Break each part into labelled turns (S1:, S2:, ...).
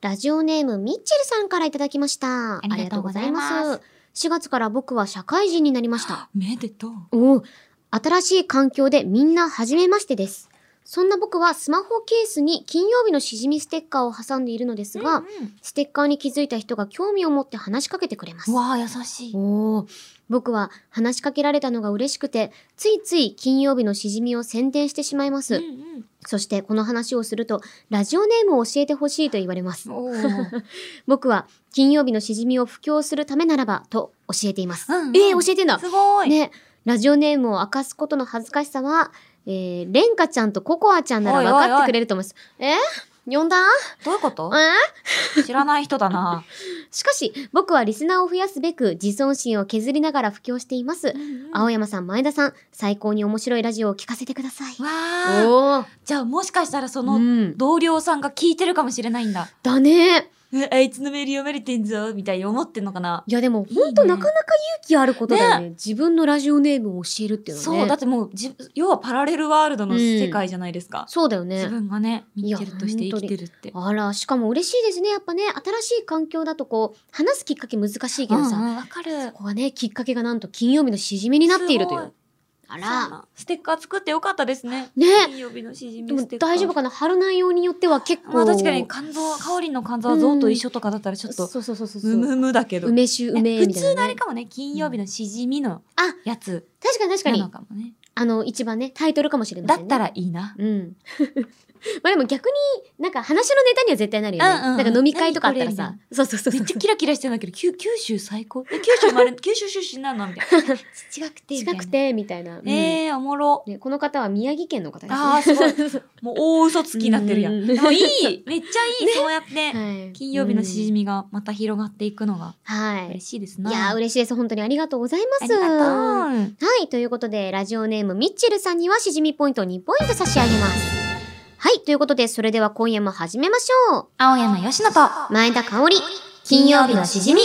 S1: ラジオネームミッチェルさんからいただきました。あ
S2: りがとうございます
S1: りがとうございます4月から僕は社会人になりました。
S2: めでとう。
S1: おお、新しい環境でみんな初めましてです。そんな僕はスマホケースに金曜日のしじみステッカーを挟んでいるのですが、ステッカーに気づいた人が興味を持って話しかけてくれます。
S2: わあ、優しい。
S1: おお、僕は話しかけられたのが嬉しくて、ついつい金曜日のしじみを宣伝してしまいます。
S2: うん
S1: そしてこの話をすると、ラジオネームを教えてほしいと言われます
S2: うん。。おー
S1: 僕は金曜日のしじみを布教するためならばと教えています。
S2: うんうん
S1: えー、教えてんだ
S2: すごい。
S1: ね、ラジオネームを明かすことの恥ずかしさは、えー、レンカちゃんとココアちゃんなら分かってくれると思います。えー呼んだ
S2: どういうこと
S1: えー
S2: 知らない人だな。
S1: しかし、僕はリスナーを増やすべく自尊心を削りながら布教しています。青山さん、前田さん、最高に面白いラジオを聞かせてください。
S2: わあ。
S1: おー
S2: じゃあもしかしたらそうの
S1: ん。
S2: 同僚さんが聞いてるかもしれないんだ。
S1: だね。
S2: えあいつのメール読まれてんぞ、みたいに思ってんのかな。
S1: いやでも、
S2: いいね
S1: ほんとなかなか勇気あることだよね。自分のラジオネームを教えるっていうのはね。
S2: そう、だってもう、じ要はパラレルワールドの世界じゃないですか。
S1: そうだよね。
S2: 自分がね、
S1: い
S2: ミッ
S1: や
S2: チェルとして生きてるって。
S1: あら、しかも嬉しいですね。やっぱね、新しい環境だとこう、話すきっかけ難しいけ
S2: う
S1: ど
S2: んう
S1: さ、
S2: んわかる
S1: こ。こはね、きっかけがなんと金曜日のしじみになっているという。
S2: すご
S1: あ
S2: そうな
S1: ら、
S2: んステッカー作ってよかったですね。
S1: ね
S2: 金曜日のしじみ
S1: でも
S2: ステッカー。
S1: 大丈夫かな春内用によっては結構。
S2: まあ確かに肝臓、カオリンの肝臓は像と一緒とかだったらちょっと、
S1: そうそうそうそうそう。
S2: ムムムだけど。
S1: 梅酒、
S2: ね
S1: 梅
S2: 普
S1: みたいな、ね。
S2: 通のあれかもね、金曜日のしじみの
S1: あ
S2: やつ
S1: 確かに確か
S2: な
S1: に
S2: の。かもね。
S1: あの、一番ね、タイトルかもしれま
S2: だ
S1: せん、
S2: っ
S1: ね。
S2: たらいいな。
S1: うん。 まあでも逆になんか話のネタには絶対なるよね。
S2: うんうんうん
S1: なんか飲み会とかあったらさ
S2: 何こ。
S1: そうそうそうそ
S2: め
S1: う。
S2: っちゃキラキラしてんだけど、きゅ九州最高え、九州生まれ、 九州出身なのみたいな。違くて。みたい
S1: 近
S2: な
S1: く。て、みたいな。うん
S2: えー、おもろ。
S1: ね、この方は宮城県の方です、ね。
S2: ああ、すごい。もう大嘘つきになってるや。
S1: うんん
S2: でもいい めっちゃいい、そうやって。
S1: はい、
S2: 金曜日のしじ
S1: み、
S2: みがまた広がっていくのが
S1: はい
S2: 嬉。しいです
S1: い
S2: な。
S1: やー、嬉しいです。本当にありがとうございます。
S2: ありがとう。
S1: はい。ということで、ラジオネームミッチェルさんにはしじみポイント2ポイント差し上げます。はい。ということで、それでは今夜も始めましょ
S2: 青山よしのと、
S1: う。前田香織、金曜日のしじみ。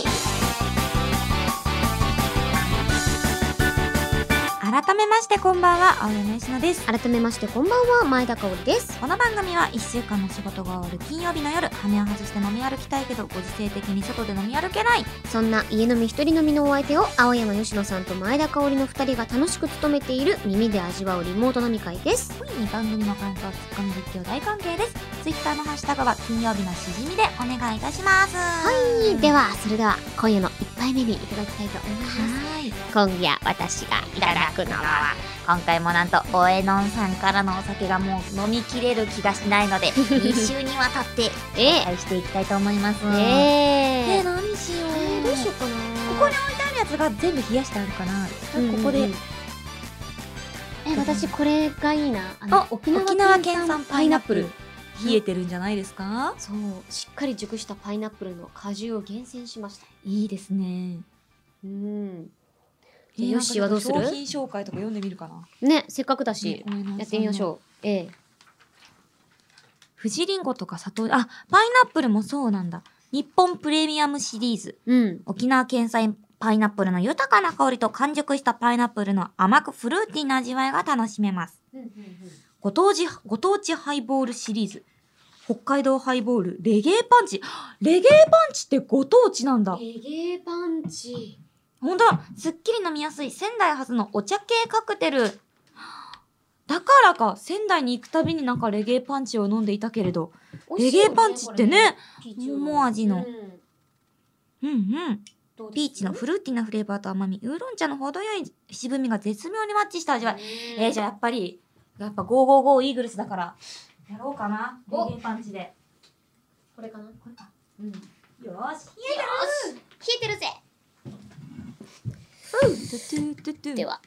S2: 改めましてこんばんは、青山よしのです。
S1: 改めまして、こんばんは、前田香織です。
S2: この番組は1週間の仕事が終わる金曜日の夜羽を外して飲み歩きたいけどご時世的に外で飲み歩けない
S1: そんな家飲み一人飲みのお相手を、青山吉野さんと前田香織の2人が楽しく務めている耳で味わうリモート飲み会です。
S2: 今夜に番組の感想ツッコミ実況大歓迎ですツイッターのハッシュタグは金曜日のしじみでお願いいたしますはい
S1: では、それでは、今夜の1杯目にいただきたいと思います。
S2: い
S1: 今夜、私がいただくのは、
S2: は今回もなんとおえのんさんからのお酒がもう飲みきれる気がしないので2週にわたって
S1: え
S2: 愛していきたいと思います
S1: ー、
S2: え
S1: えー、
S2: 何しよう
S1: えーどうしようかな
S2: ここに置いてあるやつが全部冷やしてあるかなここ
S1: う
S2: で、
S1: んうんうんえ私これがいいなあ
S2: あ
S1: の沖
S2: 沖縄県産パイナップル
S1: ル
S2: 冷えてるんじゃないですか
S1: そうしっかり熟したパイナップルの果汁を厳選しました
S2: いいですね
S1: うんヨッシーはどうする
S2: 商品紹介とか読んでみるかな
S1: ねせっかくだし、や
S2: や
S1: ってみまし
S2: う
S1: ょうええ
S2: 富士りんごとか砂糖あパイナップルもそうなんだ日本プレミアムシリーズ
S1: うん
S2: 沖縄県産パイナップルの豊かな香りと完熟したパイナップルの甘くフルーティーな味わいが楽しめますご当地ご当地ハイボールシリーズ北海道ハイボールレゲエパンチレゲエパンチってご当地なんだ
S1: エゲーパンチ
S2: 本当だすっきり飲みやすい仙台発のお茶系カクテル。だからか、仙台に行くたびになんかレゲエパンチを飲んでいたけれど、レゲエパンチってね、桃味のうんうん。ピーチのフルーティーなフレーバーと甘み、ウーロン茶の程よい渋みが絶妙にマッチした味わい。えー、じゃあやっぱり、やっぱ555イーグルスだから、やろうかな。レ
S1: お
S2: ゲエパンチで。
S1: これかな
S2: これか
S1: うん
S2: よーし、
S1: 冷えてるぜで
S2: では。
S1: は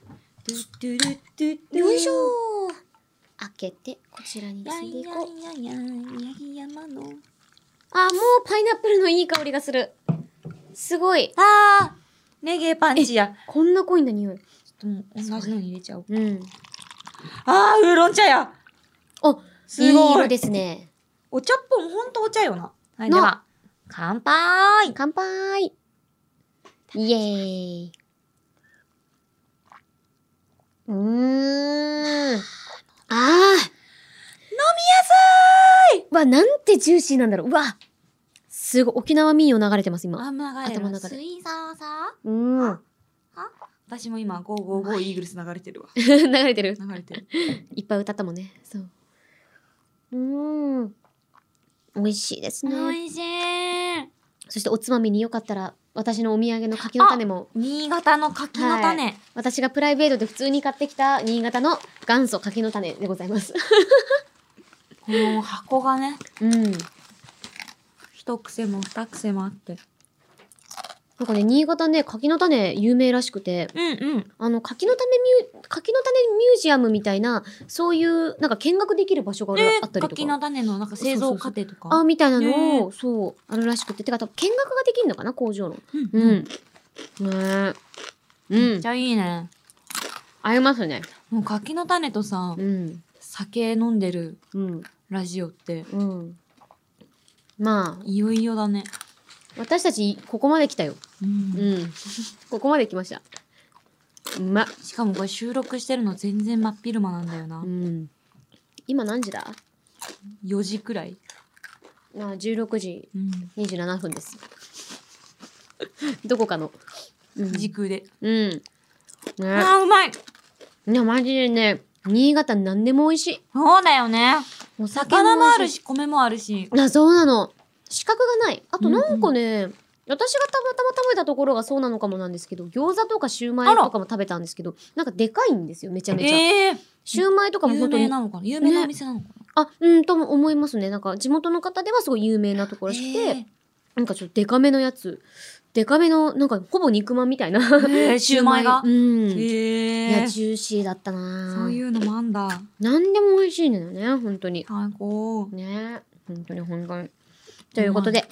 S1: よいしょー開けてこちらに
S2: や
S1: 積んで
S2: い
S1: い
S2: や
S1: こう
S2: いやいや、やいやまの。
S1: あ、もうパイナップルのいい香りがする。すごい。
S2: あー、レゲエパンチや。
S1: こんな濃いんだ匂い。
S2: ちょっともう同じのに入れちゃおう。
S1: うん。
S2: あー、ウーロン茶や。
S1: あ、い
S2: す
S1: い
S2: ご
S1: 色
S2: い。
S1: ですね。
S2: お茶っぽん、ほんとお茶よな。はい、
S1: な
S2: では、乾杯。
S1: 乾杯イエーイ。うーん。あー。飲みやすいわ、なんてジューシーなんだろう。うわ。すごい、沖縄民謡流れてます、今。
S2: あんま流れて
S1: 頭の
S2: る。
S1: 中で
S2: スイサーサー
S1: うん。
S2: 私も今、555イーグルス流れてるわ。
S1: 流れてる。
S2: 流れてる。
S1: いっぱい歌ったもんね。そう。うん。美味しいですね。
S2: 美味しい。
S1: そしておつまみによかったら、私のお土産の柿の種も、
S2: 新潟の柿の種。
S1: 私がプライベートで普通に買ってきた新潟の元祖柿の種でございます。
S2: この箱がね、
S1: うん。
S2: 一癖も二癖もあって。
S1: なんかね、新潟ね、柿の種有名らしくて、
S2: うんうん。
S1: あの、柿の種ミュー、柿の種ミュージアムみたいな、そういう、なんか見学できる場所がある
S2: ね
S1: あったりと
S2: 柿
S1: か。
S2: の種のなんか製造過程とか。
S1: あ、みたいなのを、
S2: ね
S1: そう、あるらしくて。てか、多分見学ができるのかな、工場の。
S2: うん
S1: う
S2: うん
S1: ん。ねえ。
S2: め
S1: う
S2: っ
S1: ん
S2: ち。ゃいいね。
S1: 合いますね。
S2: もう柿の種とさ
S1: う、ん。
S2: 酒飲んでる
S1: うん。
S2: ラジオって、
S1: うん。まあ、
S2: いよいよだね。
S1: 私たち、ここまで来たよ。
S2: う。
S1: うんん。ここまで来ました。うまっ。
S2: しかもこれ収録してるの全然真っ昼間なんだよな
S1: う。ん。今何時だあ、
S2: 4時くらい。
S1: 16時
S2: うん。
S1: 27分です。どこかの。うん。
S2: 時空で。
S1: うん。ね
S2: あー、うまい
S1: いや、マジでね、新潟何でも美味しい。
S2: そうだよね。
S1: お酒
S2: 魚もある
S1: し。
S2: し、米もあるし。
S1: あ、そうなの。資格がない。あと
S2: うんうん
S1: なんかね、私がたまたま食べたところがそうなのかもなんですけど、餃子とかシューマイ
S2: あら
S1: とかも食べたんですけど、なんかでかいんですよ、めちゃめちゃ。
S2: ええ
S1: シューマイとかも
S2: 有
S1: 本当に
S2: 名。なのかな有名なお店なのかな
S1: あ、うん、とも思いますね。なんか地元の方ではすごい有名なところらしくて、
S2: え
S1: なんかちょっとデカめのやつ。デカめの、なんかほぼ肉まんみたいな。
S2: ーシューマイが
S1: うん。
S2: え
S1: い
S2: え
S1: や、
S2: え
S1: ジューシーだったな
S2: そういうのもあんだ。
S1: なんでも美味しいのよね、本当に。
S2: 最高。
S1: ね本当に本当に。ということで、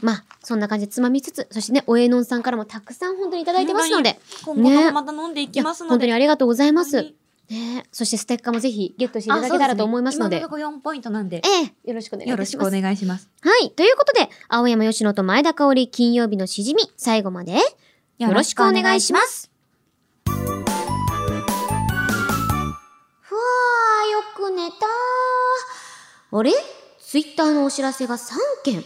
S1: まあ、そんな感じでつまみつつ、そしてね、おえのんさんからもたくさん本当にいただいてますので、
S2: 今後ともまた飲んでい
S1: い
S2: き
S1: や、
S2: ます
S1: 本
S2: の
S1: 当
S2: で。
S1: にありがとうございます。
S2: い
S1: ねそしてステッカーもぜひゲットしていただけたらと思いますので、
S2: 今のとこ4ポイントなんで。
S1: ええ、よろしくお願いい
S2: よろ
S1: た
S2: し
S1: し
S2: く
S1: ま
S2: お
S1: す。
S2: 願いします。
S1: はい、ということで、青山吉野と前田香織金曜日のしじみ、最後までよろしくお願いします。ふわー、よく寝たあれツイッターのお知らせが3件。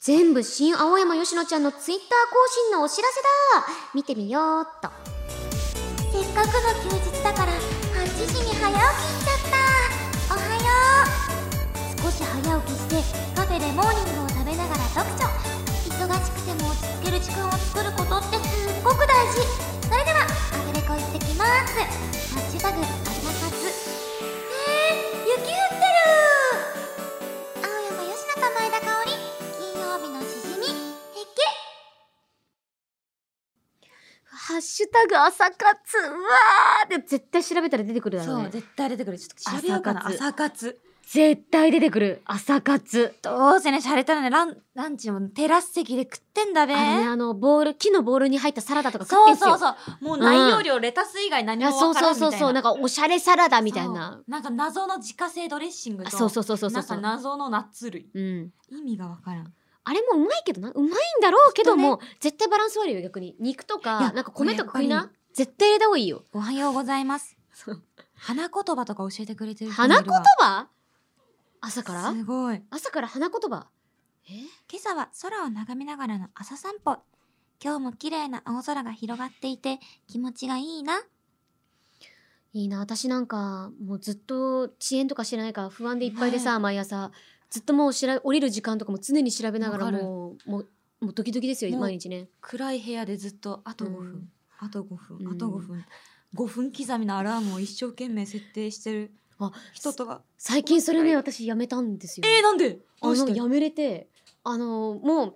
S1: 全部新青山吉野ちゃんのツイッター更新のお知らせだ見てみようっと。
S3: せっかくの休日だから8時に早起きしちゃったおはよう少し早起きしてカフェでモーニングを食べながら読書忙しくても落ち着ける時間を作ることってすっごく大事それではアテレコ行ってきますハッシュタグアルマ活えー、雪降ってる青山吉中前田香織金曜日のしじみへっけ
S1: ハッシュタグ朝活、うわーって絶対調べたら出てくるだろう
S2: そう、
S1: ね。
S2: 絶対出てくる。ちょっと調べようかな。
S1: 朝
S2: 朝活。
S1: 絶対出てくる。朝活。
S2: どうせね、洒落たらね、ラン、ランチもテラス席で食ってんだべ。
S1: あれね、あの、ボール、木のボールに入ったサラダとか食って
S2: そうん
S1: すよ。
S2: そうそう。もう内容量、レタス以外何
S1: い
S2: も
S1: やそ
S2: わ
S1: う
S2: から
S1: そ
S2: ん
S1: う
S2: みた
S1: そ
S2: いうな。
S1: そう、なんかおしゃれサラダみたいな
S2: そう。。なんか謎の自家製ドレッシングと、
S1: そうそうそうそうそうそう。
S2: なんか謎のナッツ類。
S1: うん。
S2: 意味がわからん。
S1: あれもうまいけどな。うまいんだろうけども、
S2: き
S1: 絶対バランス悪いよ、逆に。肉と
S2: い
S1: か
S2: や、
S1: なんか米とか食い
S2: これやっ
S1: な。絶対入れた方がいいよ。
S2: おはようございます
S1: そう。
S2: 花言葉とか教えてくれてる人もい
S1: 花
S2: る
S1: 言
S2: わ。
S1: 葉朝から
S2: すごい。今
S1: 朝から花言葉。え
S2: 朝は空を眺めながらの朝散歩。今日も綺麗な青空が広がっていて気持ちがいいな。
S1: いいな、私なんか、もうずっと遅延とかしてないから不安でいっぱいでさ、毎朝。ずっともうしら降りる時間とかも常に調べながら
S2: わかる
S1: もう、もう、もうドキドキですよ、
S2: もう
S1: 毎日ね。
S2: 暗い部屋でずっとあと5
S1: う
S2: 分
S1: ん、
S2: あと5分、
S1: うん
S2: あと5分。5分刻みのアラームを一生懸命設定してる
S1: あ
S2: 人とか。
S1: 最近それね、私やめたんですよ。
S2: えー、なんで
S1: あ
S2: どうし
S1: の
S2: て
S1: やめれてあのも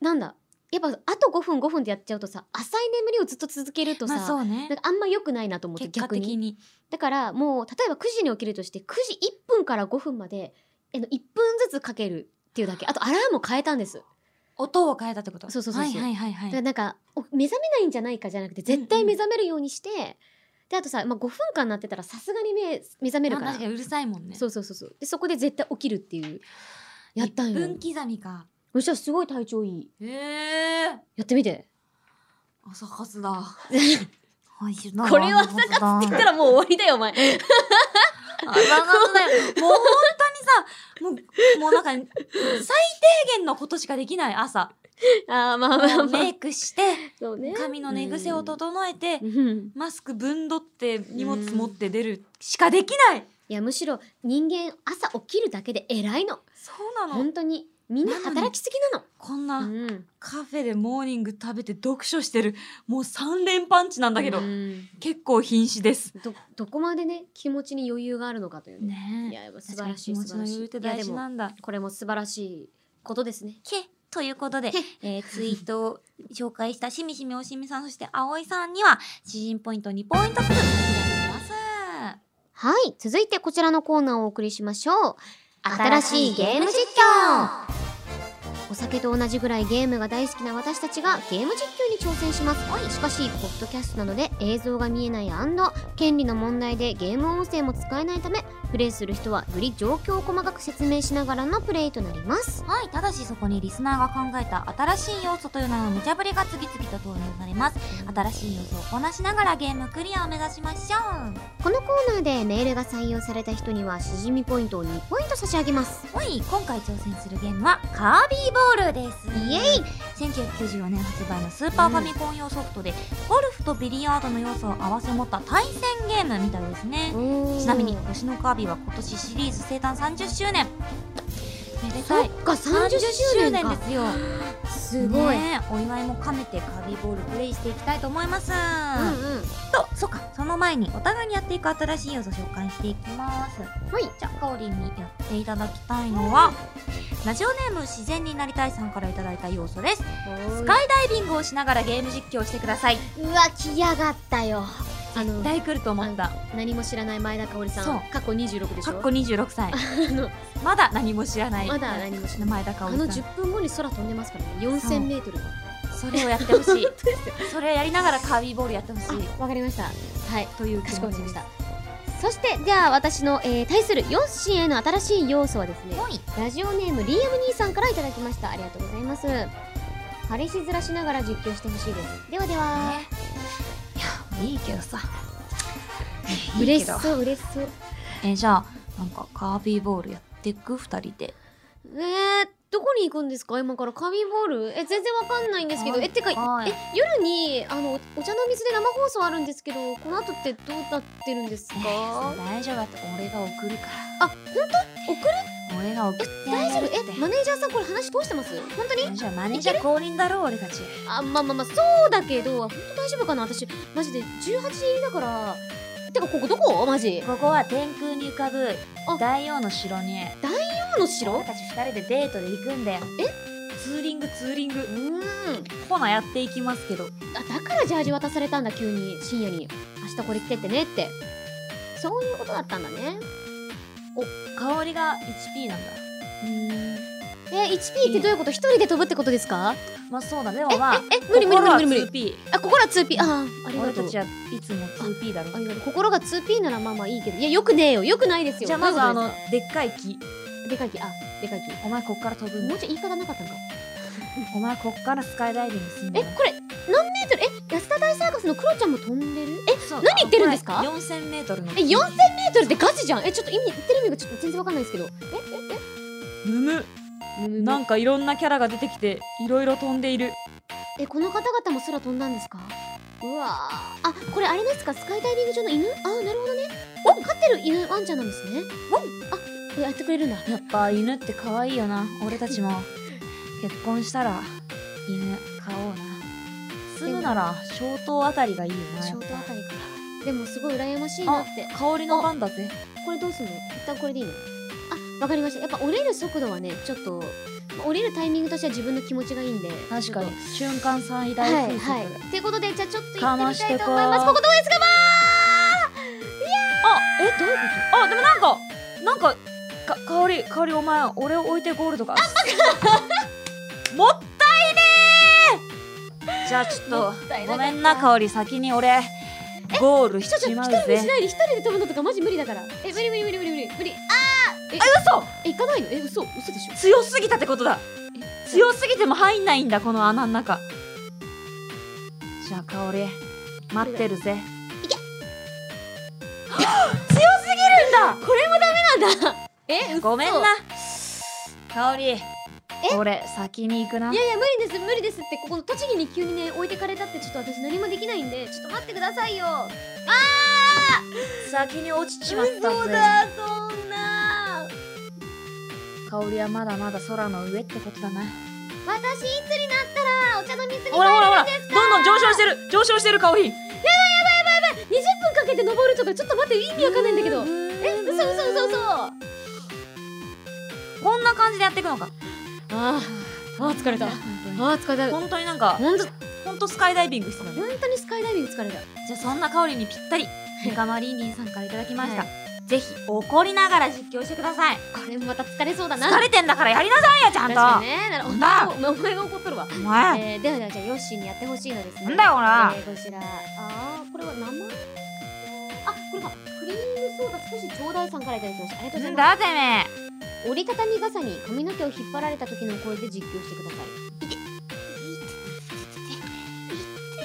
S1: うなんだやっぱあと5分5分ってやっちゃうとさ浅い眠りをずっと続けるとさ、
S2: まあそうね
S1: なん。かあんま良くないなと思って
S2: 結果
S1: 逆
S2: 的
S1: に
S2: に。
S1: だからもう例えば9時に起きるとして9時1分から5分まであの1分ずつかけるっていうだけあとアラームを変えたんです
S2: 音を変えたってこと
S1: そうそうそうそう
S2: はいはいはい
S1: だか
S2: はい
S1: ら。なんかお目覚めないんじゃないかじゃなくて絶
S2: うん
S1: 対
S2: うん
S1: 目覚めるようにして、であとさ、まあ、5分間なってたらさすがに目目覚める
S2: ま
S1: か
S2: あ
S1: ら、
S2: 確かにうるさいもんね。
S1: そうそうそうそうでそこで絶対起きるっていうやったん
S2: 一
S1: よ
S2: 分刻みか。
S1: そしたらすごい体調いい
S2: へえ。
S1: やってみて
S2: 朝活だ。
S1: こ
S2: こ
S1: れは朝
S2: 活だ。朝活
S1: らもう終わりだよ、お前。
S2: だよ。もう本当にさ、もう、もうなんか、最低限のことしかできない朝。
S1: あーまあまあまあ。
S2: メイクして、
S1: そうね。
S2: 髪の寝癖を整えて
S1: う、ん
S2: マスクぶんどって荷物持って出るしかできない
S1: いや、むしろ人間朝起きるだけで偉いの。
S2: そうなの
S1: 本当に。みんな働きすぎなの。
S2: こんな
S1: うん。
S2: カフェでモーニング食べて読書してるもう3連パンチなんだけど
S1: うん
S2: 結構瀕死です
S1: ど、どこまでね、気持ちに余裕があるのかというね。い
S2: ね
S1: や、やっぱ
S2: え
S1: 素晴らしい。
S2: 気持ちの余裕って
S1: 素晴らしい
S2: 大事
S1: いや、でも、
S2: なんだ
S1: これも素晴らしいことですね。
S2: けということで
S1: け、
S2: えーツイートを紹介したしみしみおしみさんそしてあおいさんには詩人ポイント2ポイントずつ差し上げます
S1: はい。続いてこちらのコーナーをお送りしましょう。新しいゲーム実況お酒と同じぐらいゲームが大好きな私たちがゲーム実況に挑戦します。しかし、ポッドキャストなどで映像が見えない権利の問題でゲーム音声も使えないため、プレイする人はより状況を細かく説明しながらのプレイとなります。
S2: はいただしそこにリスナーが考えた新しい要素という名の無茶ぶりが次々と投入されます新しい要素をこなしながらゲームクリアを目指しましょ
S1: このコーナーでメールが採用された人には、しじみポイントを2ポイント差し上げます。
S2: うはい今回挑戦するゲームはカービーボールです
S1: イエイ
S2: 1994年発売のスーパーファミコン用ソフトで、ゴルフとビリヤードの要素を合わせ持った対戦ゲームみたいですね、ちなみに星のカービィは今年シリーズ生誕30周年めで
S1: そ
S2: た
S1: っ
S2: い
S1: か、30周年か
S2: で。すよ
S1: すごい。
S2: ねえお祝いも兼ねてカービィボールプレイしていきたいと思います、
S1: うんうん。
S2: とそうかその前にお互いにやっていく新しい要素紹介していきます
S1: はい。
S2: じゃあかおりんにやっていただきたいのはラジオネーム自然になりたいさんからいただいた要素ですスカイダイビングをしながらゲーム実況をしてくださいう
S1: わ、来やがったよ。あの、
S2: 大来ると思った
S1: 何も知らない前田香織さん。
S2: そう
S1: 過去26でし
S2: かっ
S1: ょ
S2: こ。26歳
S1: あの
S2: まだ何も知らない
S1: まだ何も知らない。
S2: 前田香
S1: あ
S2: 織
S1: の
S2: さ
S1: 10分後に空飛んでますからね。4000メートル。
S2: んそれをやってほ しいそれをやりながらカービーボールやってほしい
S1: あ、わかりました。はい。
S2: という
S1: か
S2: 気
S1: しこ
S2: 持
S1: まり
S2: ち
S1: まし
S2: でした
S1: た。そして、じゃあ私の、えー対するヨッシーへの新しい要素はですね、
S2: はい
S1: ラジオネームリーアム兄さんからいただきました。ありがとうございます。彼氏ずらしながら実況してほしいです。ではでは。
S2: ねいやいいけどさ
S1: 嬉しそう、嬉しそう。
S2: えじゃあなんかカービーボールやってく2人で
S1: えー、どこに行くんですか今からカビボールえ全然わかんないんですけどえてか
S2: はい
S1: え夜にあのお茶の水で生放送あるんですけどこの後ってどうなってるんですか、
S2: 大丈夫だって俺が送るから
S1: あ
S2: 本当
S1: 送る
S2: 俺が送って
S1: 大
S2: あ
S1: 丈
S2: げるっ
S1: 夫
S2: て
S1: えマネージャーさんこれ話通してます本当に
S2: じゃあマネージャー降臨だろ俺たち
S1: あまあまあまあそうだけど本当大丈夫かな私マジで18入りだからてかここどこマジ
S2: ここは天空に浮かぶ
S1: あ
S2: 大王の城に
S1: 今の城う
S2: 俺たち2人でデートで行くんだよツーリングツーリング
S1: ーん
S2: ほなやっていきますけど
S1: あだからジャージ渡されたんだ急に深夜に明日これ着てってねってそういうことだったんだね
S2: 香りが 1P なんだ
S1: え 1P ってどういうこと一人で飛ぶってことですか
S2: まあそうだねでもまあ
S1: え無理無理無理無理無理
S2: 2P
S1: あここら 2P あーありが
S2: 俺
S1: と
S2: た
S1: う
S2: ちはいつも 2P だろ
S1: ありがとう心が 2P ならまあまあいいけどいやよくねえよよくないですよ
S2: じゃあまずあ
S1: どうい
S2: の
S1: うこ
S2: でっかい木
S1: とですかでかい木あでかい
S2: お前こっから飛ぶ
S1: 木
S2: ん
S1: も
S2: だ
S1: うちょい言い方なかったのか
S2: お前こっからスカイダイビングすんだ
S1: え
S2: よ
S1: これ何メートルえ安田大サーカスのクロちゃんも飛んでるえ
S2: そう
S1: 何言ってるんですか
S2: あこれ ?4000m の
S1: え4 0 0 0メートルってガチじゃんえちょっと意味言ってる意味がちょっと全然わかんないですけど
S2: むむ
S1: ええ
S2: なんかいろんなキャラが出てきていろいろ飛んでいる
S1: えこの方々も空飛んだんですかうわーあこれあれですかスカイダイビング場の犬あーなるほどねお飼ってる犬ワンちゃんなんですねあこれやってくれるんだ
S2: やっぱ犬って可愛いよな俺たちも結婚したら犬飼おうな住むなら小島あたりがいいよな
S1: シ
S2: や
S1: ョ
S2: っ
S1: ートあ
S2: ぱ
S1: たりからでもすごい羨ましいなって
S2: 香りの番だぜ
S1: これどうすんの一旦これでいいのあわかりましたやっぱ降りる速度はねちょっとまあ降りるタイミングとしては自分の気持ちがいいんで
S2: 確かに
S1: ちょっ
S2: 瞬間最
S1: とは
S2: 大
S1: い
S2: 風速、
S1: はいということでじゃあちょっと行
S2: か
S1: って
S2: ま
S1: み
S2: して
S1: た
S2: こ
S1: いうと思いますここどうですかば
S2: あえどういうことあでもなんかなんかか香り香りお前俺を置いてゴールドかもったいねーじゃあちょっ
S1: も
S2: と
S1: ったいなか
S2: ご
S1: った
S2: めんな香り先に俺ゴールし
S1: ちょちょ
S2: ちまう
S1: 一人にし
S2: ぜ
S1: ないで一人で飛ぶのとかマジ無理だからえ無理無理無理無理無理無理あ
S2: 嘘
S1: え行かないのえ嘘嘘でしょ
S2: 強すぎたってことだ強すぎても入んないんだこの穴の中じゃあ香り待ってるぜ いけ強すぎるんだ
S1: これもダメなんだえ
S2: ごめんな香り俺先に行くない
S1: やいや無理です無理ですってここの栃木に急にね置いてかれたってちょっと私何もできないんでちょっと待ってくださいよあ
S2: 先に落ちちまったぜ
S1: そんな
S2: 香りはまだまだ空の上ってことだな
S1: 私いつになったらお茶の水に
S2: ほらほらほらどんどん上昇してる上昇してる香り
S1: 20分かけて登るとかちょっと待って意味わかんないんだけどえ嘘嘘嘘嘘あ
S2: こんな感じでやっていくのか
S1: ああ疲れたああ疲れた
S2: 本当になんか
S1: 本当
S2: 本当スカイダイビングしてたね
S1: 本当にスカイダイビング疲れた
S2: じゃあそんな香りにぴったりミカマリーニンさんからいただきました、
S1: は
S2: ぜひ怒りながら実況してください
S1: これもまた疲れそうだな
S2: 疲れてんだからやりなさいよちゃん
S1: 確
S2: と
S1: かにねなるほど
S2: なんだ
S1: お前お前が怒っとるわ
S2: お前、
S1: えー、ではではじゃあヨッシーにやってほしいのですね
S2: なんだよほら
S1: えー、こちらあーこれは名前あこれかクリームソーダ少しちょうだいさんからいただきましたありがとうござ
S2: ないん
S1: ま
S2: だてめ
S1: す折りたたみ傘に髪の毛を引っ張られた時の声で実況してください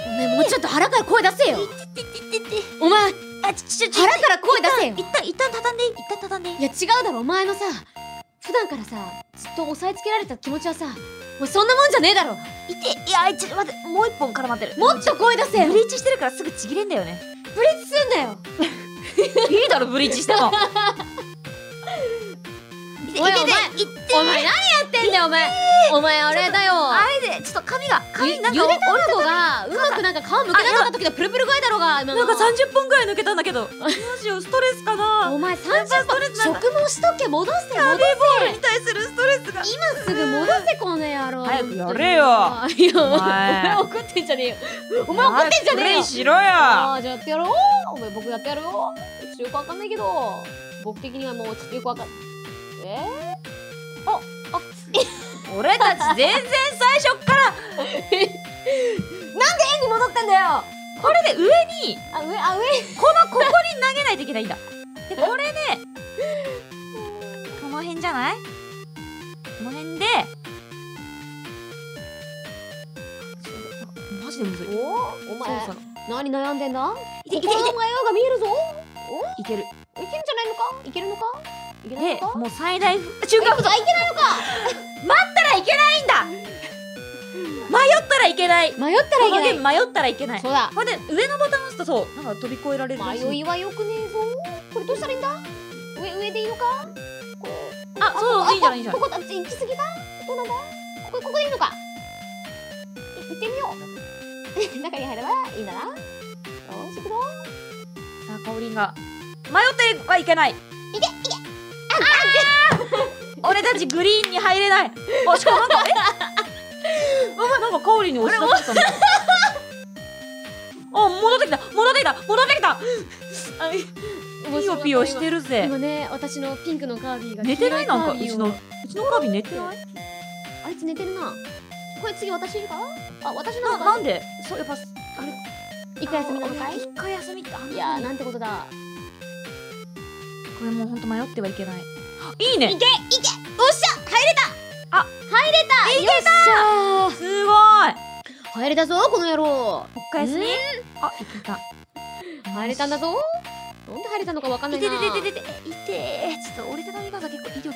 S1: お前もうちょっと腹から声出せよお前
S2: あちちちち
S1: 腹から声出せよ
S2: 一旦一旦畳んでいい一旦畳んでいい
S1: いや違うだろお前のさ普段からさずっと押さえつけられた気持ちはさお前そんなもんじゃねえだろ
S2: いていやちょっと待ってもう一本絡まってる
S1: もっと声出せよ
S2: ブリーチしてるからすぐちぎれんだよね
S1: ブレッすんだよ
S2: いいだろブリーチしてもいて
S1: おい
S2: いていて
S1: お前何やってんだよお前お前あれだよ
S2: あれ でちょっと髪が
S1: ゆ
S2: 髪
S1: ゆ
S2: なん
S1: で
S2: か
S1: 卵がうまくなんか皮むけなかった時のプルプル具合だろうが今の
S2: なんか30分ぐらい抜けたんだ けどマジよストレスかな
S1: お前
S2: やっぱ
S1: 30
S2: ストレスなん
S1: 食
S2: だ
S1: 毛しとけ戻せ戻
S2: ボールに対するストレスが
S1: せすぐ戻せこの野郎
S2: 早くやれよ
S1: いやお
S2: お前
S1: 前怒ってんじゃねえよお前怒ってんじゃねえよ
S2: しろよ
S1: ああじゃあやってやろうお前僕やってやるよちょっとよくわかんないけど僕的にはもうちょっとよくわかんえ
S2: 俺たち全然最初から
S1: ー、に戻ってんだよ
S2: これで上に
S1: あ上あ上
S2: このここに投げないといけないんだでこれでこの辺じゃないこの辺でマジでむずい
S1: おお前
S2: そうそう
S1: 何悩んでんだ
S2: いていていて
S1: 心の迷いが見えるぞ
S2: いける
S1: いけるんじゃないのかいけるのかいけないの
S2: で
S1: か
S2: もう最大中間不足
S1: あいけないのか
S2: ったらいけないんだ迷ったらいけない
S1: 迷ったら
S2: こ
S1: い
S2: のゲ
S1: け
S2: ー
S1: ない
S2: ム迷ったらいけない
S1: そうだ
S2: これで上のボタンを押すとそうなんか飛び越えられるらし
S1: 迷いはよくねえぞこれどうしたらいいんだ上上でいいのかこう
S2: あそう
S1: こ
S2: いいじゃないいいじゃない
S1: ここあっち行き過ぎかどうなんだここここでいいのかい行ってみよう 中に入ればいいんだなよし行くぞ
S2: さあ、かおりんが。迷ってはいけない。いけ、いけ。俺たちグリーンに入れない。あ、しかもなんか、え。お前なんかかおりんに押し出されたんだ。あ、戻ってきた、戻ってきた、戻ってきた。あピヨピヨしてるぜ。
S1: 今ね私のピンクのカービィが
S2: 寝てないなんか、
S1: 黄色
S2: う
S1: いカービィを
S2: ちの、うちのカービィ寝てない。
S1: あいつ寝てるなこれ次私いるかあ私な
S2: な、
S1: の
S2: な
S1: か
S2: んで、そう、やっぱ、あれ、
S1: 一回休みなのかい
S2: 一回休みって、あん
S1: いや
S2: な
S1: ー
S2: に
S1: なんてことだ
S2: これもう本当迷ってはいけない。いいね。
S1: おっしゃ入れた
S2: あ
S1: 入れたいけたよっし
S2: すごい。
S1: ゃー入れたぞこの野郎
S2: もう一回休み。あ、いけた。
S1: 入れたんだぞなんで入れたのかわかんない
S2: い
S1: な
S2: てててててていてーちょっと折りたたみ傘結構威力がちょ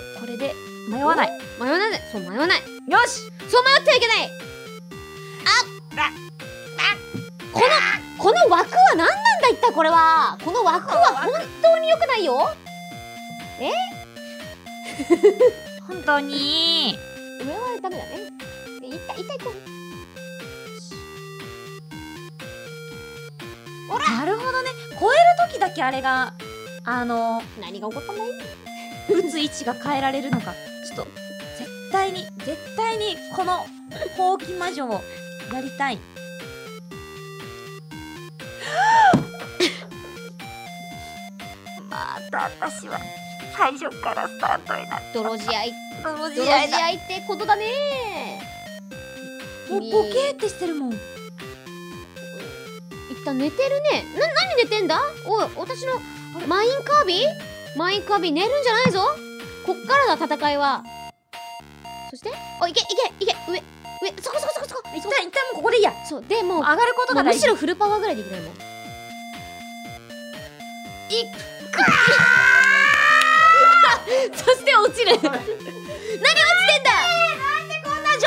S2: っとこれで迷わないよ
S1: 迷わないそう迷わない
S2: し
S1: そう迷ってはいけないあこのこの枠は何なんだ一体これはこの枠は本当に良くないよ
S2: 本当に
S1: 上はダメだねで痛い痛い痛い
S2: なるほどね超える時だけあれがあの
S1: 何が起こったんだい
S2: 打つ位置が変えられるのかちょっと絶対に絶対にこのほうき魔女をやりたい
S4: また私は最初からスタートになっ
S1: 泥仕合
S4: た
S1: 泥仕合ってことだね
S2: もうボケーってしてるもん
S1: 一旦寝てるねな何寝てんだおい私のマインカービィマインカービィ寝るんじゃないぞこっからだ戦いはそしておいけいけいけ上上そこそこそこそこ
S2: 一旦一旦もうここでいいや
S1: そうでもう
S2: 上がること
S1: も
S2: が
S1: うむ
S2: 大
S1: し
S2: 事
S1: ろフルパワーぐらいできないもんいっくわ
S4: そして落ちる。何落ちてんだ。なんでこんな場外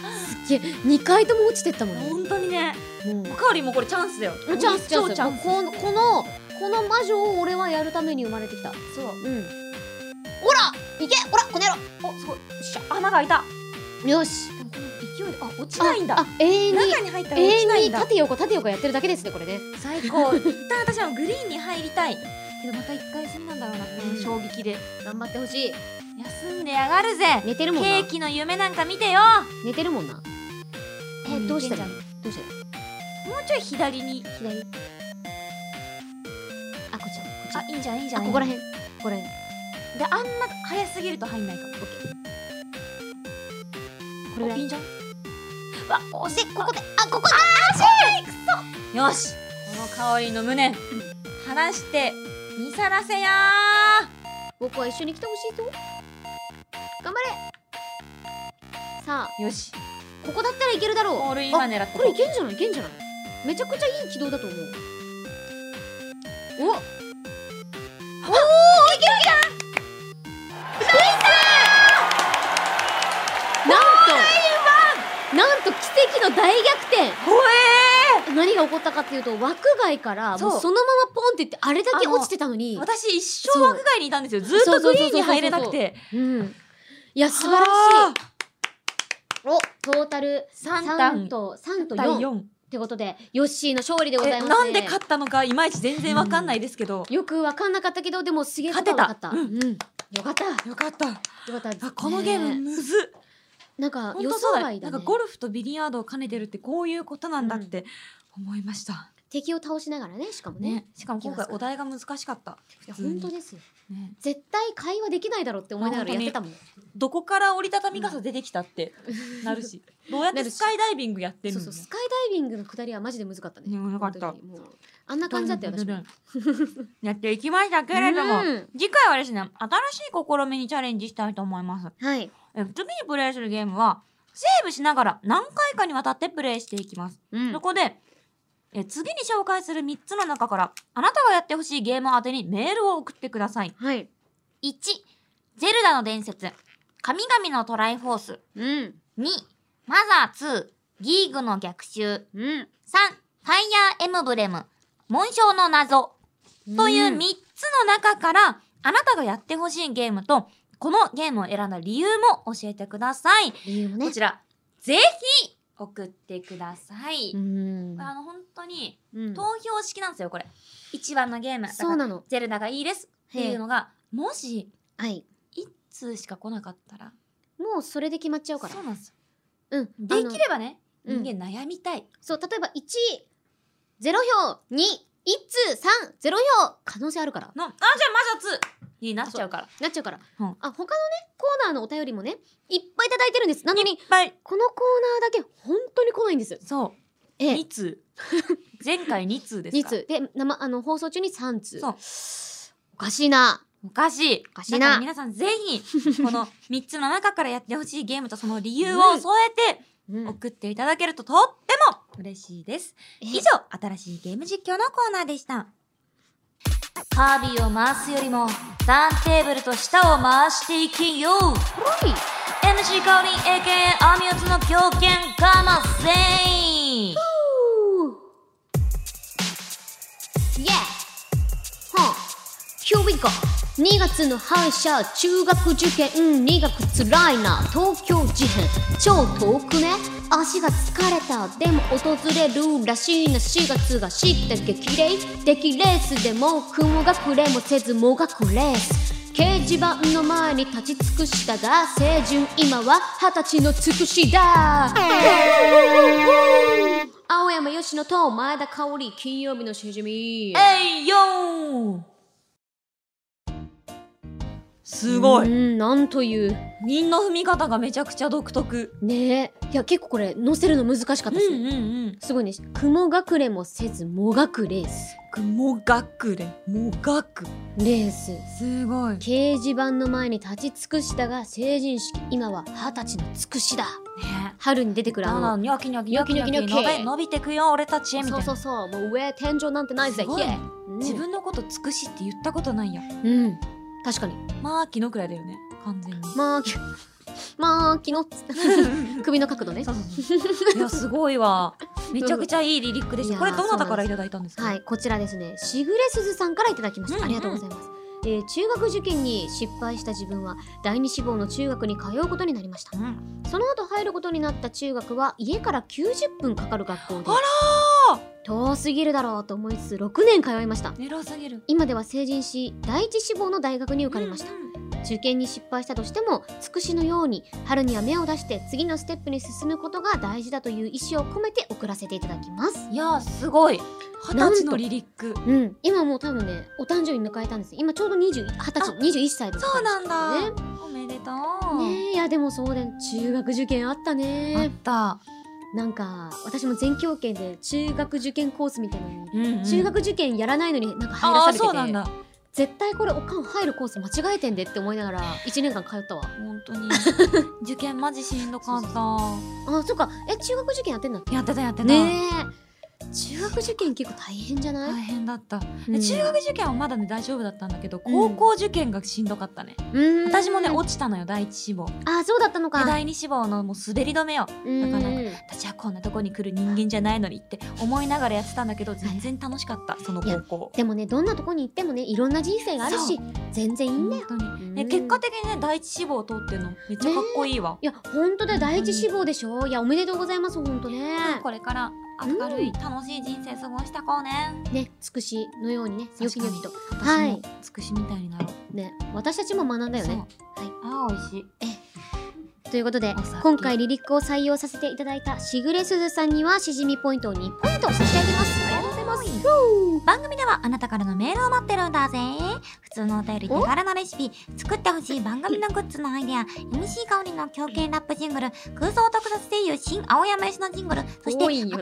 S4: になるの。すっげえ、二回とも落ちてったもんね。
S2: 本当にね
S4: もう
S2: おかわりもこれチャンスだよ
S4: チャンスチャン
S2: 超
S4: ス
S2: チャンス
S4: このこのこの魔女を俺はやるために生まれてきた
S2: そう
S4: うんほらいけほらこの野
S2: おすごいしゃ穴が開いた
S4: 郎よし
S2: でもこの勢いであ落ちないん
S4: あ
S2: だ
S4: 永遠に
S2: 中に入ったら落ち
S4: 永
S2: な
S4: 遠
S2: い
S4: に
S2: んだ
S4: 縦横縦横やってるだけですねこれね
S2: 最高一旦私はグリーンに入りたいけどまた一回休みなんだろうなこの衝撃で
S4: 頑張ってほしい
S2: 休んでやがるぜ
S4: 寝てる
S2: ケ
S4: もんな
S2: ーキの夢なんか見てよ
S4: 寝てるもんなえどうしたらいいどうしたらいい
S2: もうちょい左に
S4: 左あこっちだこっ
S2: あ
S4: ちだ
S2: いいんじゃんいいんじゃ
S4: あ
S2: ん
S4: ここら
S2: いいん
S4: 辺これ
S2: じゃんであんな早すぎると入んないかもオッケー
S4: これぐら
S2: いい
S4: い
S2: んじゃんわおしここで
S4: あここ
S2: よしこの香りの無念離して見さらせや
S4: 僕は一緒に来てほしいと頑張れさあ
S2: ーよし
S4: ここだったらいけるだろう
S2: オールインワン狙って
S4: これいけんじゃないいけんじゃないめちゃくちゃいい軌道だと思うおおおーいけるいけるなんとなんと奇跡の大逆転
S2: ほえ
S4: 何が起こったかっていうと枠外から
S2: そう
S4: もうそのままポンっていってあれだけ落ちてたのに
S2: ー私一生枠外にいたんですよずっとグリーンに入れなくて
S4: うんいや素晴らしいおトータル
S2: 3
S4: 3
S2: 段
S4: と3と
S2: 対
S4: 4
S2: 4
S4: ってことでヨッシーの勝利でござい
S2: え
S4: ますね
S2: なんで勝ったのかいまいち全然わかんないですけど、
S4: よくわかんなかったけどでもすげえ
S2: 勝てた
S4: 勝った、うんよかったよ
S2: よかった
S4: かったです
S2: あこのゲームむずっ
S4: なんか
S2: 本
S4: 予
S2: 当
S4: 想
S2: そうだ
S4: 外だ
S2: なんか
S4: ね
S2: ゴルフとビリヤードを兼ねてるってこういうことなんだって思いました、
S4: 敵を倒しながらねしかもね
S2: ねしかも今回お題が難しかった
S4: いや本当ですよ
S2: ね
S4: 絶対会話できないだろうって思いながらやってたもん
S2: どこから折りたたみ傘出てきたってなるし、どうやってスカイダイビングやってる
S4: そ
S2: の
S4: うそうスカイダイビングの下りはマジで難かったね
S2: ね難かった
S4: 本当にもうあんな感じだったよ私も
S2: やっていきましたけれども、
S4: うん
S2: 次回はですね新しい試みにチャレンジしたいと思います
S4: はい
S2: え次にプレイするゲームはセーブしながら何回かにわたってプレイしていきます、
S4: うん
S2: そこでえ次に紹介する3つの中からあなたがやってほしいゲーム宛てにメールを送ってください
S4: はい
S2: 1ゼルダの伝説神々のトライフォース
S4: うん
S2: 2マザー2ギーグの逆襲3フ
S4: う
S2: ァ
S4: ん
S2: イヤーエムブレム紋章の謎という3つの中からあなたがやってほしいゲームとこのゲームを選んだ理由も教えてください
S4: 理由もね
S2: こちらぜひ送ってください、
S4: う
S2: こ
S4: ん
S2: れあの本当に
S4: うん
S2: 投票式なんですよこれ一番のゲームだ
S4: そう
S2: から
S4: なの
S2: ゼルダがいいですっていうのがもし
S4: はい
S2: 1通しか来なかったら
S4: もうそれで決まっちゃうから
S2: そうなんですよ
S4: うん
S2: できればね
S4: あのうん
S2: 人間悩みたい、
S4: そう、例えば1、0票、2、1通、3、0票、可能性あるから。
S2: のあじゃあマザー2になっちゃうから
S4: なっちゃうから。
S2: うん
S4: あ、他のね、コーナーのお便りもね、いっぱいいただいてるんです。なのに、
S2: はい
S4: このコーナーだけ本当に来ないんです。
S2: そう
S4: ええ
S2: 2。通 前回2通です
S4: 2
S2: か
S4: 通。で、生、あの、放送中に3通。
S2: そう
S4: おかしいな。
S2: おかしいお
S4: かしいな
S2: 皆さんぜひこの3つの中からやってほしいゲームとその理由
S4: う
S2: を
S4: ん
S2: 添えて
S4: うん
S2: 送っていただけるととっても嬉しいです
S4: え
S2: 以上新しいゲーム実況のコーナーでしたカービィを回すよりもターンテーブルと舌を回していきよう
S4: はい。
S2: MC カオリン AKA アミューズの狂犬かません
S4: イエーはあ Here we go 2月の敗者中学受験苦くつらいな東京事変超遠くね足が疲れたでも訪れるらしいな4月が知った激励出来レースでも雲がくれもせずもがくレース掲示板の前に立ち尽くしたが青春今は二十歳の尽くしだ、青山吉野と前田香織金曜日のしじみ
S2: えいよーすご
S4: う
S2: い
S4: んなんという
S2: 韻の踏み方がめちゃくちゃ独特
S4: ねえいや結構これ載せるの難しかったですね、
S2: うんうん
S4: すごいね雲隠れもせずもがくレース
S2: もがくれもがく
S4: レース
S2: すごいね
S4: 掲示板の前に立ち尽くしたが成人式今は二十歳の尽くしだ春に出てくる
S2: だんだ
S4: あの
S2: んニョキニョキニョキニョキニョキ
S4: ニョキニョ
S2: 伸び
S4: キ
S2: 伸びてくよ俺たちへみた
S4: そう
S2: いな
S4: そうそうもう上天井なんてないぜ
S2: すごいね
S4: イエイ
S2: 自分のこと尽くしって言ったことないや
S4: うん確かに。
S2: まあ、昨日くらいだよね。完全に。
S4: まあ、きまあ、昨日っつって、首の角度ね。
S2: いや、すごいわ。めちゃくちゃいいリリックでし
S4: い
S2: た。
S4: やー
S2: これ、どなたからいただいたんですか
S4: はい、こちらですね、しぐれすずさんからいただきまし
S2: うんう
S4: た。
S2: ん
S4: ありがとうございます。えー中学受験に失敗した自分は第二志望の中学に通うことになりました
S2: うん。
S4: その後入ることになった中学は家から90分かかる学校で
S2: あ
S4: 遠すぎるだろうと思いつつ6年通いました
S2: 偉すぎる。
S4: 今では成人し第一志望の大学に受かりました
S2: うんうん
S4: 受験に失敗したとしてもつくしのように春には芽を出して次のステップに進むことが大事だという意思を込めて送らせていただきます
S2: いやー、すごい。二十歳のリリック。
S4: うん今もう多分ねお誕生日迎えたんです今ちょうど20二十歳21歳とか
S2: そうなんだ。
S4: ね
S2: おめでとう。
S4: ねえいやでもそうで中学受験あった
S2: あっ
S4: ね
S2: た。
S4: なんか私も全教研で中学受験コースみたいなのに、
S2: うんうん
S4: 中学受験やらないのになんか入ら
S2: ああ、
S4: されて
S2: そうなん
S4: て
S2: だ。
S4: 絶対これおかん入るコース間違えてんでって思いながら1年間通ったわ
S2: 本当に。 受験マジしんどかった。
S4: あそっかえ中学受験やってんだっけ
S2: やってた、やってた。
S4: ねえ中学受験結構大変じゃない、
S2: 大変だった、で
S4: うん
S2: 中学受験はまだね大丈夫だったんだけど
S4: うん
S2: 高校受験がしんどかったね、
S4: うん
S2: 私もね落ちたのよ第一志望で
S4: あそうだったのか
S2: 第二志望のもう滑り止めよ
S4: うん
S2: なかな私はこんなとこに来る人間じゃないのにって思いながらやってたんだけど全然楽しかったその高校
S4: でもねどんなとこに行ってもねいろんな人生があるし全然いいんだよ
S2: 本当に、ね
S4: うん
S2: 結果的にね第一志望を通ってるのめっちゃかっこいいわ、
S4: いや本当だよ第一志望でしょいやおめでとうございます本当ね
S2: これから明るい、楽しい人生過ごしたこうね
S4: ねつくしのようにねよきよきとは
S2: 私
S4: い
S2: もつくしみたいになろう、
S4: ね私たちも学んだよ
S2: そう、
S4: ね
S2: ああ美味しい
S4: ということで
S2: お先
S4: 今回リリックを採用させていただいたしぐれすずさんにはしじみポイントを2ポイント差し上げますありがとうございます
S1: 番組ではあなたからのメールを待ってるんだぜ普通のお便り手軽なレシピ作ってほしい番組のグッズのアイデア MC 香りの狂犬ラップジングル空想特撮声優新青山吉のジングルそして
S4: 多い
S1: 新しい
S4: よ
S1: ゲ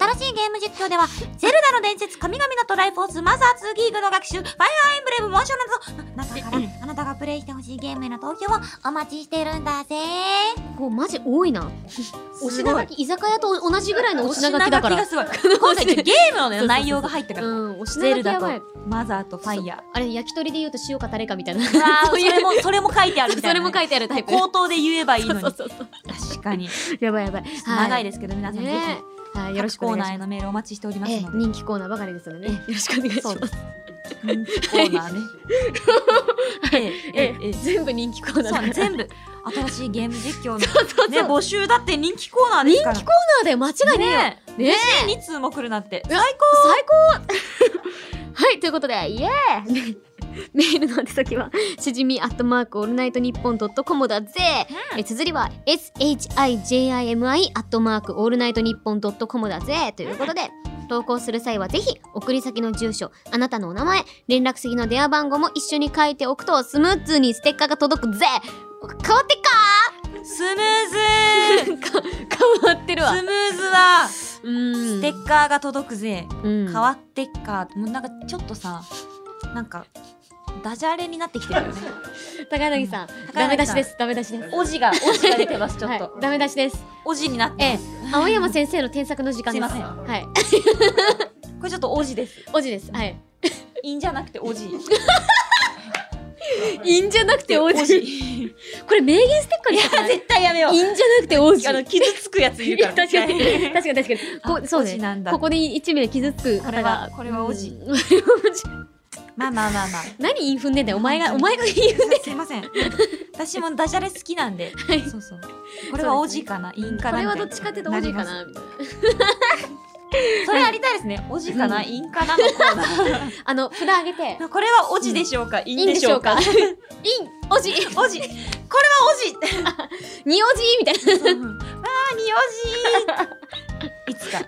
S1: ーム実況では「ゼルダの伝説神々のトライフォースマザー2ギーグの学習ファイアーエンブレムモーション」など中からあなたがプレイしてほしいゲームへの投票をお待ちしてるんだぜ
S4: こうマジ多いなお
S2: す
S4: 品
S2: ご
S4: 書
S2: い
S4: き居酒屋と同じぐらいのお品書きだから
S2: お 品書きがすごい今回ゲームのね
S4: そうそうそう
S2: 内容が入ったから
S4: うんお品
S2: ゼ
S4: 書
S2: ル
S4: きや
S2: ダ
S4: ばい
S2: とマザーとファイヤ
S4: あれ焼き鳥で言うと塩かタレ かみたいな
S2: ーうわー そ
S4: そういう
S2: れもそれも書いてあるみたいな
S4: それ
S2: ね、
S4: も書いてあるタイプ
S2: 口頭で言えばいいのに
S4: そうそうそう
S2: 確かに
S4: やばいやばい
S2: 長い
S4: で
S2: ですけど皆さんぜ
S4: ねはい
S2: ひ
S4: よろ
S2: 各
S4: しくお
S2: コー
S4: 願い
S2: ナーへ
S4: しま
S2: のメールお待ちしておりますす
S4: ええ
S2: ので、
S4: 人気コーナーばかりですのでねよろしくお願いし
S2: そうで
S4: ます
S2: す人気コーナ ーねええええええ
S4: 全部人気コー
S2: そ
S4: ナー
S2: うね
S4: だから
S2: 全部新しいゲーム実 況の
S4: そう
S2: ね募集だって人気コーナーですから
S4: 人気コーナーだよ間違いねえよ
S2: ねえ
S4: ねえ
S2: 年に2通も来るなんて
S4: うわ最高はいということでイエーイ メールの宛先はしじみアットマークオールナイトニッポンドットコムだぜ、え綴りは SHIJIMI アットマークオールナイトニッポンドットコムだぜということで、投稿する際はぜひ送り先の住所あなたのお名前連絡先の電話番号も一緒に書いておくとスムーズにステッカーが届くぜ変わって
S2: スムーズ
S4: っか変わってるわ
S2: スムーズは
S4: うん
S2: ステッカーが届くぜ、
S4: うん
S2: 変わってっかもうなんかちょっとさなんかダジャレになってきて るよね
S4: 高柳さん、
S2: ん
S4: ダメ出しですダメ出しです
S2: おじがおじが出てますちょっと、
S4: はい、ダメ出しです
S2: おじになって
S4: ええ、青山先生の添削の時間です。
S2: すいま
S4: はい、
S2: これちょっとおじです
S4: おじです。はい。
S2: いいんじゃなくておじ
S4: いいんじゃなくて お
S2: お
S4: じ。
S2: じい
S4: これ名言ステッカーにし
S2: や
S4: てない。いい ん
S2: 絶対やめよう
S4: じゃなくておじ。
S2: あの傷つくやついるから
S4: 確かに
S2: 絶
S4: 確かに確かに。こそう
S2: おじ
S4: ね
S2: なん。だ
S4: ここで一名傷つく
S2: これ
S4: 方
S2: は
S4: が。
S2: これはおじ
S4: うん。おじ
S2: 対まあまあまあま あ
S4: 何言い踏んでんだよ。お前がお
S2: 本当
S4: 前
S2: に
S4: が言い。
S2: すいません私もダジャレ好きなんで、
S4: い
S2: そうそうこれはおじかな、インか
S4: こ
S2: なみた
S4: れは
S2: な
S4: いどっちかっていうとおじか
S2: り
S4: なみたいな。
S2: ますそれありたいですねおじかな、インかなのコーナ
S4: あの札上げて。
S2: ー これはおじでしょうか、イ
S4: いい
S2: ン
S4: ん
S2: でし
S4: でし
S2: ょ
S4: ょう
S2: うか
S4: か。いいお
S2: お
S4: じ
S2: じこれはおじ
S4: におじみたいな。
S2: あーにおじいつか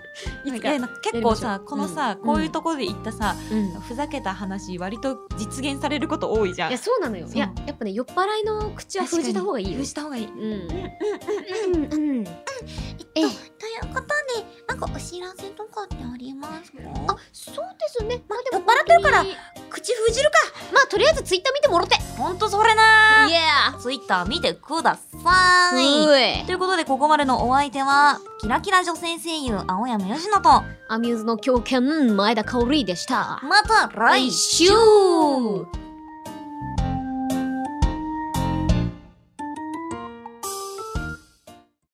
S4: いつか
S2: いやなんか結構
S4: や
S2: さ
S4: りましょう
S2: このさ、
S4: うん
S2: こういうところで言ったさ、
S4: うん
S2: ふざけた話割と実現されること多いじゃん
S4: いやそうなのよ。
S2: そう
S4: いややっぱね酔っ払いの口は
S2: 確かに
S4: 封じた方がいいよ
S2: 封。じた方がいい
S4: うんうんうんうん。ええ。
S1: ということでなんかお知らせとかってありますか
S4: あ、そうですね。まあで
S1: 酔っ払ってるから
S4: 本
S2: 口封じるか
S4: 当にまあとりあえずツイッター見てもろて。
S2: ほんとそれな
S4: イエー。
S2: ツイッター見てくだ
S1: わ
S2: ーいということで、ここまでのお相手は、キラキラ女性声優、青山よしと、ま
S4: アミューズの狂犬前田香織でした。
S2: た来
S4: 来週。